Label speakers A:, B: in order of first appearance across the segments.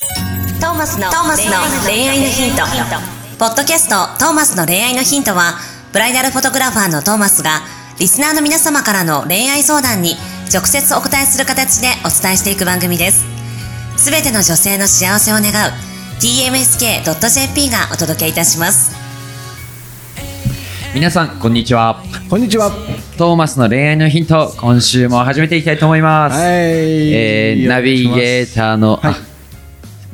A: トーマスの恋愛のヒントポッドキャスト「トーマスの恋愛のヒントは」ブライダルフォトグラファーのトーマスがリスナーの皆様からの恋愛相談に直接お答えする形でお伝えしていく番組ですすべての女性の幸せを願う tmsk.jp がお届けいたします
B: 皆さんこんにちは
C: こんにちは。
B: トーマスの恋愛のヒント今週も始めていきたいと思います、
C: はい
B: えーナビゲーターの、
C: はい
B: あ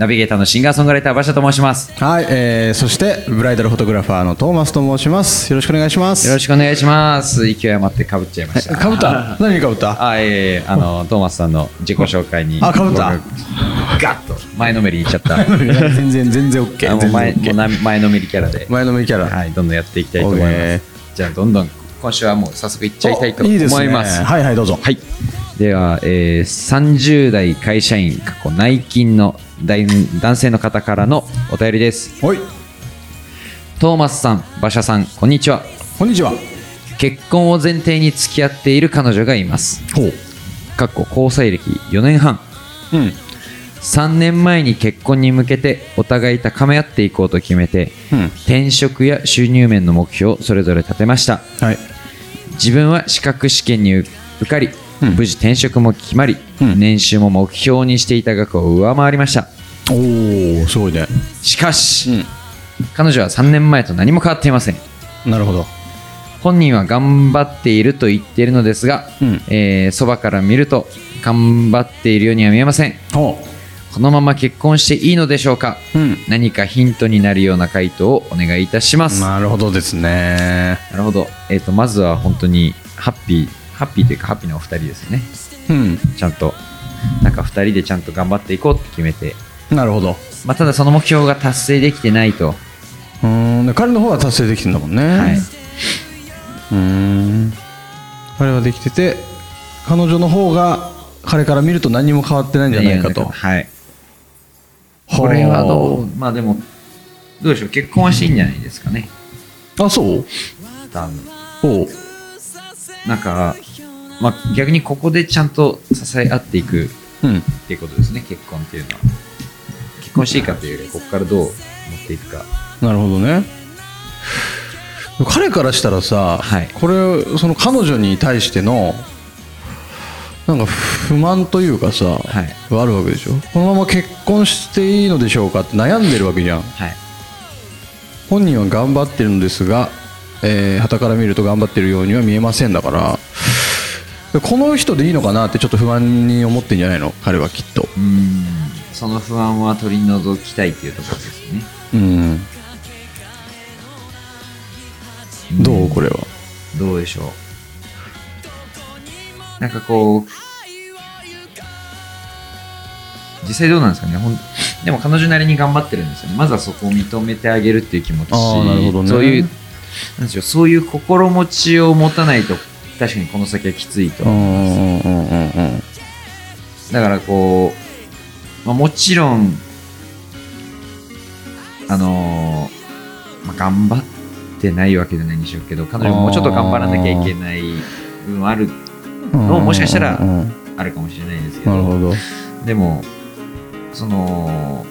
B: ナビゲーターのシンガーソングライター馬車と申します
C: はい、えー、そしてブライダルフォトグラファーのトーマスと申します。よろしくお願いします。
B: よろしくお願いします勢い余ってかぶっちゃいました
C: かぶった。何かぶった。
B: あええあのトーマスさんの自己紹介に
C: あ、かぶった。
B: ガッと前のめりにいっちゃった
C: 全然全然オッケ
B: あ
C: ー。
B: もう前
C: 全然 OK
B: もうな前のめりキャラで、
C: 前のめりキャラ。
B: はい、どんどんやっていきたいと思い
C: オ
B: ま
C: ー
B: す
C: ケ
B: じゃあどんどん今週はもう早速いっちゃいたいと
C: お
B: 思い
C: ですね
B: ます
C: はいはいどうぞ。
B: はい、では、えー30代会社員過去内勤の大男性の方からのお便りです
C: はい。
B: トーマスさん馬車さんこんにちは
C: こんにちは。
B: 結婚を前提に付き合っている彼女がいます
C: ほう。
B: かっこ交際歴4年半
C: うん。
B: 3年前に結婚に向けてお互い高め合っていこうと決めて、
C: うん
B: 転職や収入面の目標をそれぞれ立てました
C: はい。
B: 自分は資格試験に受かり、
C: うん
B: 無事転職も決まり、
C: うん
B: 年収も目標にしていた額を上回りました
C: おお、すごいね。
B: しかし、彼女は3年前と何も変わっていません
C: なるほど。
B: 本人は頑張っていると言っているのですが
C: うん
B: えーそば、から見ると頑張っているようには見えません
C: ほ
B: このまま結婚していいのでしょうか、
C: うん
B: 何かヒントになるような回答をお願いいたしま
C: う。
B: すな
C: なるほどですね。
B: るほど、えー、とまずは本当にハッピーハッピーというかハッピーなお二人ですね
C: うん。
B: ちゃんとなんか二人でちゃんと頑張っていこうって決めて、
C: なるほど。
B: まあ、ただその目標が達成できてないと、
C: うーん。で彼の方は達成できてんだもんね。
B: はい。
C: うーん彼はできてて彼女の方が彼から見ると何も変わってないんじゃないかと
B: はいこれはどうまあでもどうでしょう結婚はしていいんじゃないですかね
C: うあそう
B: 多分
C: おう
B: なんか、まあ、逆にここでちゃんと支え合っていくっ
C: うん
B: ていうことですね結婚っていうのは結婚していいかというよりはここからどう持っていくか
C: なるほどね彼からしたらさ、
B: はい
C: これその彼女に対してのなんか不満というかさ、
B: はい
C: あるわけでしょこのまま結婚していいのでしょうかって悩んでるわけじゃん
B: はい
C: 本人は頑張ってるのですが、えー、旗から見ると頑張ってるようには見えませんだからでこの人でいいのかなってちょっと不安に思ってんじゃないの彼はきっと
B: うーんその不安は取り除きたいっていうところですね
C: うんどうこれは
B: どうでしょうなんかこう実際どうなんですかねほんでも彼女なりに頑張ってるんですよねまずはそこを認めてあげるっていう気持ち
C: あーなるほどね
B: そういうなんでしょうそういう心持ちを持たないと確かにこの先はきついと、
C: んうんうんうん
B: だからこう、まあ、もちろんあのーまあ、頑張ってないわけじゃないんでしょうけど彼女ももうちょっと頑張らなきゃいけない部分はある
C: うん
B: のもしかしたら
C: うんうん
B: あるかもしれないですけ
C: なる
B: ど
C: ほど
B: でもその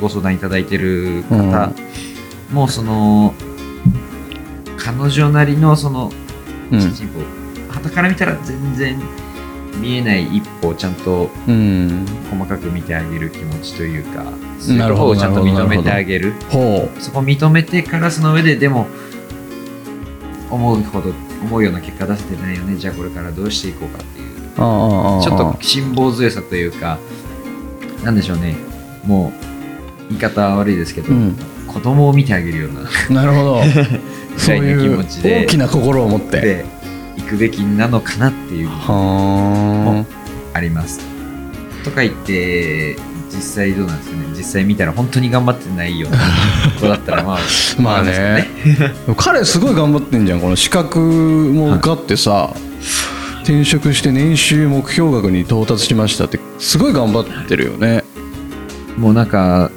B: ご相談いただいてる方もその彼女なりのその
C: うん
B: 一歩はたから見たら全然見えない一歩をちゃんと
C: うん
B: 細かく見てあげる気持ちというかそういう
C: な
B: と
C: る
B: こ
C: ほど
B: をちゃんと認めてあげる
C: ほ
B: そこを認めてからその上ででも思うほど思うような結果出せてないよねじゃあこれからどうしていこうかっていう
C: うああ
B: ちょっと辛抱強さというか、なんでしょうね、もう言い方は悪いですけど、
C: うん
B: 子供を見てあげるような、
C: となる ほどそうい
B: 気
C: う
B: 持ちで
C: 大きな心を持って
B: で、行くべきなのかなっていうのも
C: は
B: あります。とか言って、実際どうなんですかね、実際見たら本当に頑張ってない ような子だったら、まあ、
C: あまあね彼すごい頑張ってんじゃんこの資格も受かってさ、転職して年収目標額に到達しましたってすごい頑張ってるよね
B: もうなんか、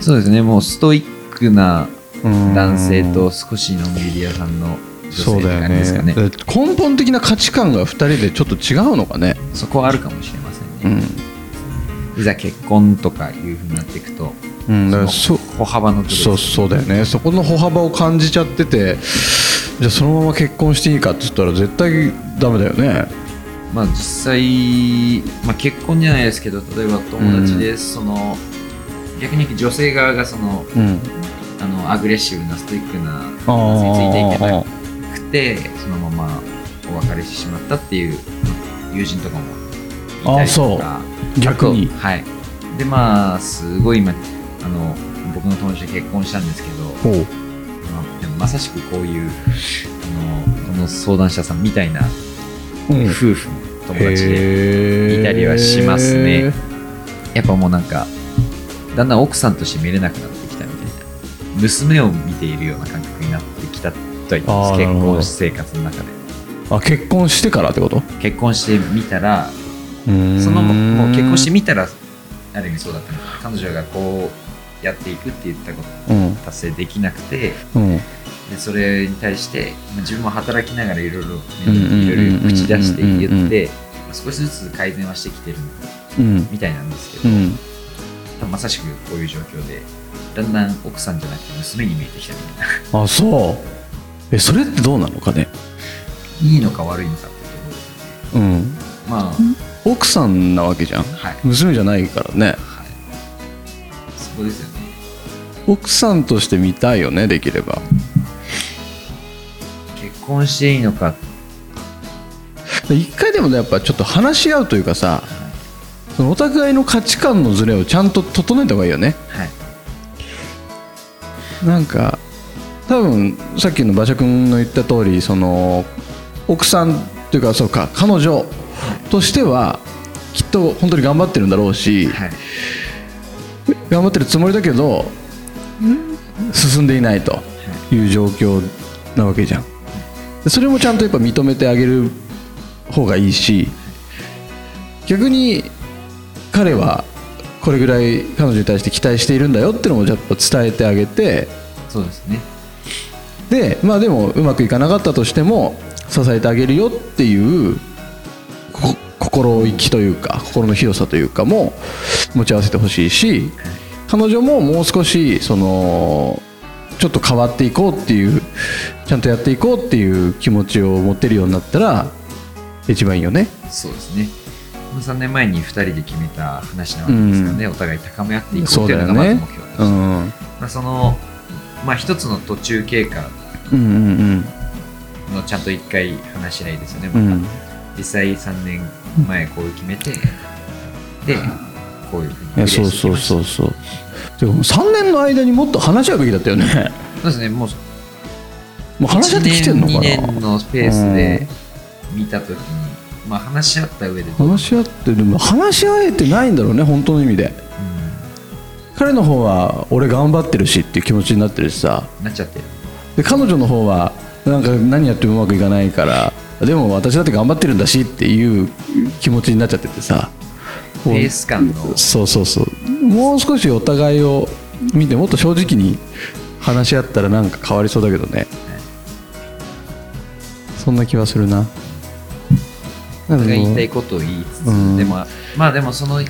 B: そうですね、もうストイックな男
C: 男
B: 性と少しのんびり屋さんの女性
C: そ
B: っ
C: う
B: て
C: だよ
B: 感じですかね
C: ね。だから根本的な価値観が2人でちょっと違うのかね
B: そこはあるかもしれませんね。
C: うん
B: いざ結婚とかいうふうになっていくと、
C: うん、だから
B: そ
C: そ
B: の歩幅のとこです
C: そうそうだよねそこの歩幅を感じちゃっててじゃあそのまま結婚していいかって言ったら絶対ダメだよね
B: まあ実際、まあ、結婚じゃないですけど例えば友達です、その逆に女性側がその
C: うん
B: あのアグレッシブなストイックなつ
C: あ
B: いていけな
C: あ
B: くてそのままお別れしてしまったっていう友人とかもいた
C: あ
B: り
C: そ
B: と
C: う
B: か
C: 逆に
B: はいでまあすごい今あの僕の友達と結婚したんですけど、
C: ほう
B: まあ、でもまさしくこういうあのこの相談者さんみたいな
C: うん
B: 夫婦の友達でいたりはしますね
C: へー
B: やっぱもうなんかだんだん奥さんとして見れなくなってきたみたいな娘を見ているような感覚になってきたとは言ってます
C: あー
B: 結
C: なるほど
B: 婚生活の中で
C: あ結婚してからってこと
B: 結婚してみたら
C: そ
B: そのもう結婚して
C: み
B: みたらある意味そうだったの彼女がこうやっていくって言ったこと
C: うん
B: 達成できなくて
C: うん
B: でそれに対してまあ自分も働きながらいろいろね
C: うんうんうんうん
B: いろいろ口出して
C: うんうん
B: 言
C: う
B: っ
C: ん
B: て少しずつ改善はしてきてる
C: うん
B: みたいなんですけど
C: う、ん
B: 多分まさしくこういう状況でだんだん奥さんじゃなくて娘に見えてきたみたいな
C: あそうえそれってどうなのかね
B: いいのか悪いのかっていうところですよね
C: うん
B: まあ、
C: 奥さんなわけじゃん
B: はい、はい、
C: 娘じゃないからね
B: そこですよね
C: 奥さんとして見たいよねできれば
B: 結婚していいのか
C: 一回でもねやっぱちょっと話し合うというかさそのお互いの価値観のズレをちゃんと整えた方がいいよね
B: はい
C: なんか多分さっきの馬車君の言った通りその奥さんというかそうか彼女としてはきっと本当に頑張ってるんだろうし、
B: はい
C: 頑張ってるつもりだけど進んでいないという状況なわけじゃんでそれもちゃんとやっぱ認めてあげる方がいいし逆に彼はこれぐらい彼女に対して期待しているんだよってのもやっぱ伝えてあげて
B: そうですね
C: でまあでもうまくいかなかったとしても支えてあげるよっていうこ心意気というか心の広さというかも持ち合わせてほしいし彼女ももう少しそのちょっと変わっていこうっていうちゃんとやっていこうっていう気持ちを持てるようになったら一番いいよね。
B: そうですね3年前に2人で決めた話なわけですからね、お互い高め合っていこうっていうのがまず目標です、
C: うん、うん
B: まあ、その、まあ、一つの途中経過
C: うん
B: のちゃんと1回話し合いですよね、
C: うんうん
B: 実際3年前こういう決めて、でこういうふうに
C: い
B: プレ
C: や
B: イして
C: そ
B: きま
C: う
B: した
C: そうそうそうでも3年の間にもっと話し合うべきだったよね
B: そうですねもう
C: もう話し合ってきてんのかな
B: 1年2年のペースで見た時に、まあ、話し合った上でどう
C: 話し合ってでも話し合えてないんだろうね本当の意味で彼の方は俺頑張ってるしっていう気持ちになってるしさ
B: なっちゃってる
C: で彼女の方はなんか何やってもうまくいかないからでも私だって頑張ってるんだしっていう気持ちになっちゃっててさ
B: ペース感の
C: そうそうそうもう少しお互いを見てもっと正直に話し合ったらなんか変わりそうだけどねそんな気はするな
B: お
C: なんか
B: 互い言い
C: もう
B: たいことを言いつつ、
C: うん
B: でもまあでもその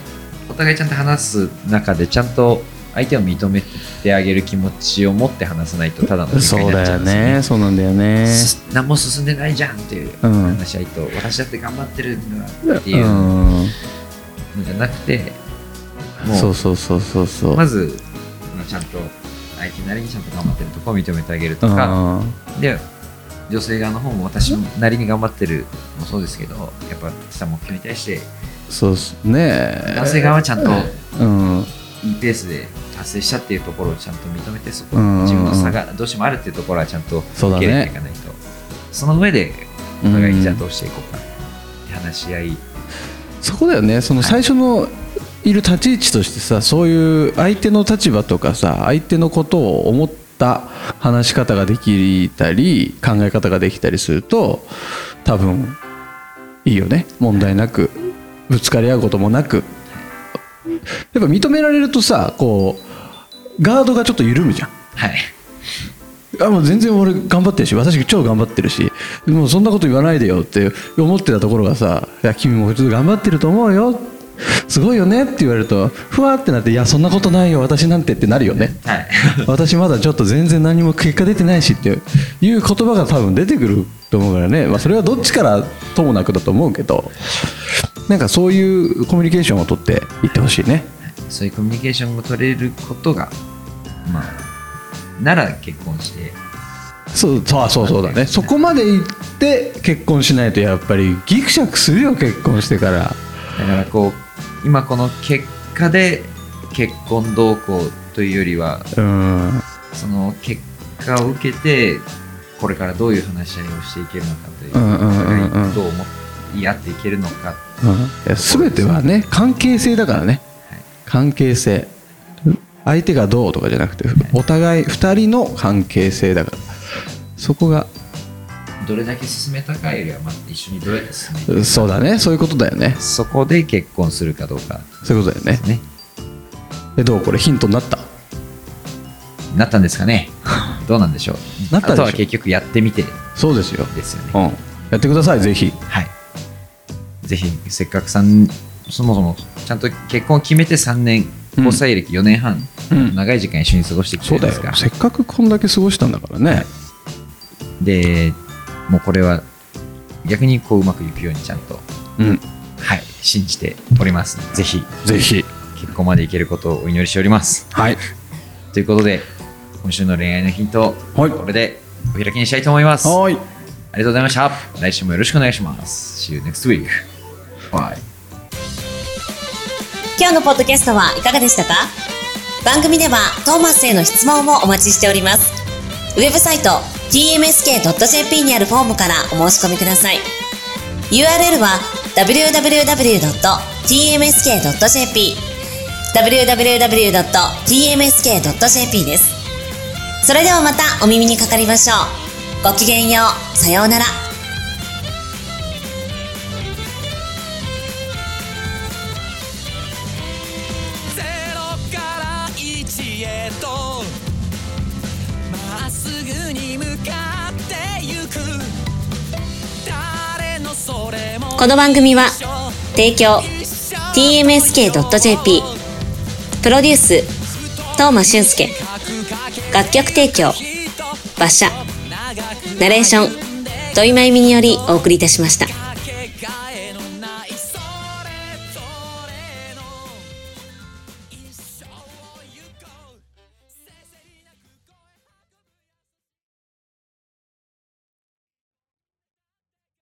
B: お互いちゃんと話す中でちゃんと相手を認めてあげる気持ちを持って話さないとただの喧嘩
C: そ
B: にな
C: う
B: っ
C: だ
B: ちゃう
C: よ
B: んですよ
C: ねそうなんだよね
B: す何も進んでないじゃんっていう
C: うん
B: 話し合いと、私だって頑張ってるんだっていうの
C: ん
B: じゃなくて、
C: そ
B: も
C: うそうそうそうそうう、
B: まずまあちゃんと相手なりにちゃんと頑張ってるとこを認めてあげるとか、
C: うん
B: で女性側の方も私なりに頑張ってるもそうですけどやっぱした目標に対して
C: そうっすね
B: 男性側はちゃんと
C: うん
B: いいペースで達成したっていうところをちゃんと認めてそこ
C: うんうんうん
B: 自分の差がどうしてもあるっていうところはちゃんと
C: そうだ
B: 受け
C: ね
B: 入れていかないとそ,、の上でお互いにじゃあどうしていこうかって話し合い、
C: そこだよねその最初のいる立ち位置としてさそういう相手の立場とかさ相手のことを思った話し方ができたり考え方ができたりすると多分いいよね問題なくぶつかり合うこともなくやっぱ認められるとさこうガードがちょっと緩むじゃん
B: はい
C: あもう全然俺頑張ってるし私超頑張ってるしもうそんなこと言わないでよって思ってたところがさ「いや君もちょっと頑張ってると思うよすごいよねって言われるとふわってなっていやそんなことないよ私なんてってなるよね
B: はい。
C: 私まだちょっと全然何も結果出てないしっていう言葉が多分出てくると思うからね、まあ、それはどっちからともなくだと思うけどなんかそういうコミュニケーションを取っていってほしいね
B: そういうコミュニケーションを取れることが、まあ、なら結婚して、
C: そうそうそうそうだねそこまで行って結婚しないとやっぱりギクシャクするよ結婚してから
B: だからこう、今この結果で結婚動向というよりは、
C: うん
B: その結果を受けて、これからどういう話し合いをしていけるのかという、
C: うんうんうんうん
B: お互いどう思い合っていけるのか、
C: うん、全てはね関係性だからね
B: はい
C: 関係性相手がどうとかじゃなくてお互い2人の関係性だからそこが
B: どれだけ進めたかよりは、まあ、一緒にどうやって進めていく
C: うんそうだねそういうことだよね
B: かそこで結婚するかどうか
C: そういうことだよね
B: ね、
C: えどうこれヒントになった
B: なったんですか ね、どうなんでしょう、
C: なったでし
B: あと
C: ょ
B: は結局やってみて
C: そうですよ、
B: ですよね
C: う。ん、やってくださいぜひ
B: はい。ぜひ、せっかくさん、そもそも、ちゃんと結婚を決めて3年、
C: うん
B: 交際歴4年半、
C: うん
B: 長い時間一緒に過ごしてきて
C: そ
B: る
C: うんだ
B: です
C: よ
B: が、
C: せっかくこんだけ過ごしたんだからね
B: で、もうこれは、逆にこううまくいくようにちゃんと、
C: うん
B: はい、信じております。ぜひ、
C: ぜひ
B: 結婚までいけることをお祈りしております。
C: はい
B: ということで、今週の恋愛のヒント、
C: はい
B: これでお開きにしたいと思います。あ
C: はーい
B: りがとうございました。来週もよろしくお願いします。See you next week. Bye.
A: 今日のポッドキャストはいかがでしたか番組ではトーマスへの質問もお待ちしております。ウェブサイト tmsk.jp にあるフォームからお申し込みください。URL は www.tmsk.jp www.tmsk.jp です。それではまたお耳にかかりましょう。ごきげんよう。さようなら。
D: ゼロから一へとまっすぐに向かってゆく誰のそれも
A: この番組は
D: 一緒
A: 提供 TMSK.jp プロデュース東間俊介楽曲提供馬車ナレーション土井真由美によりお送りいたしました。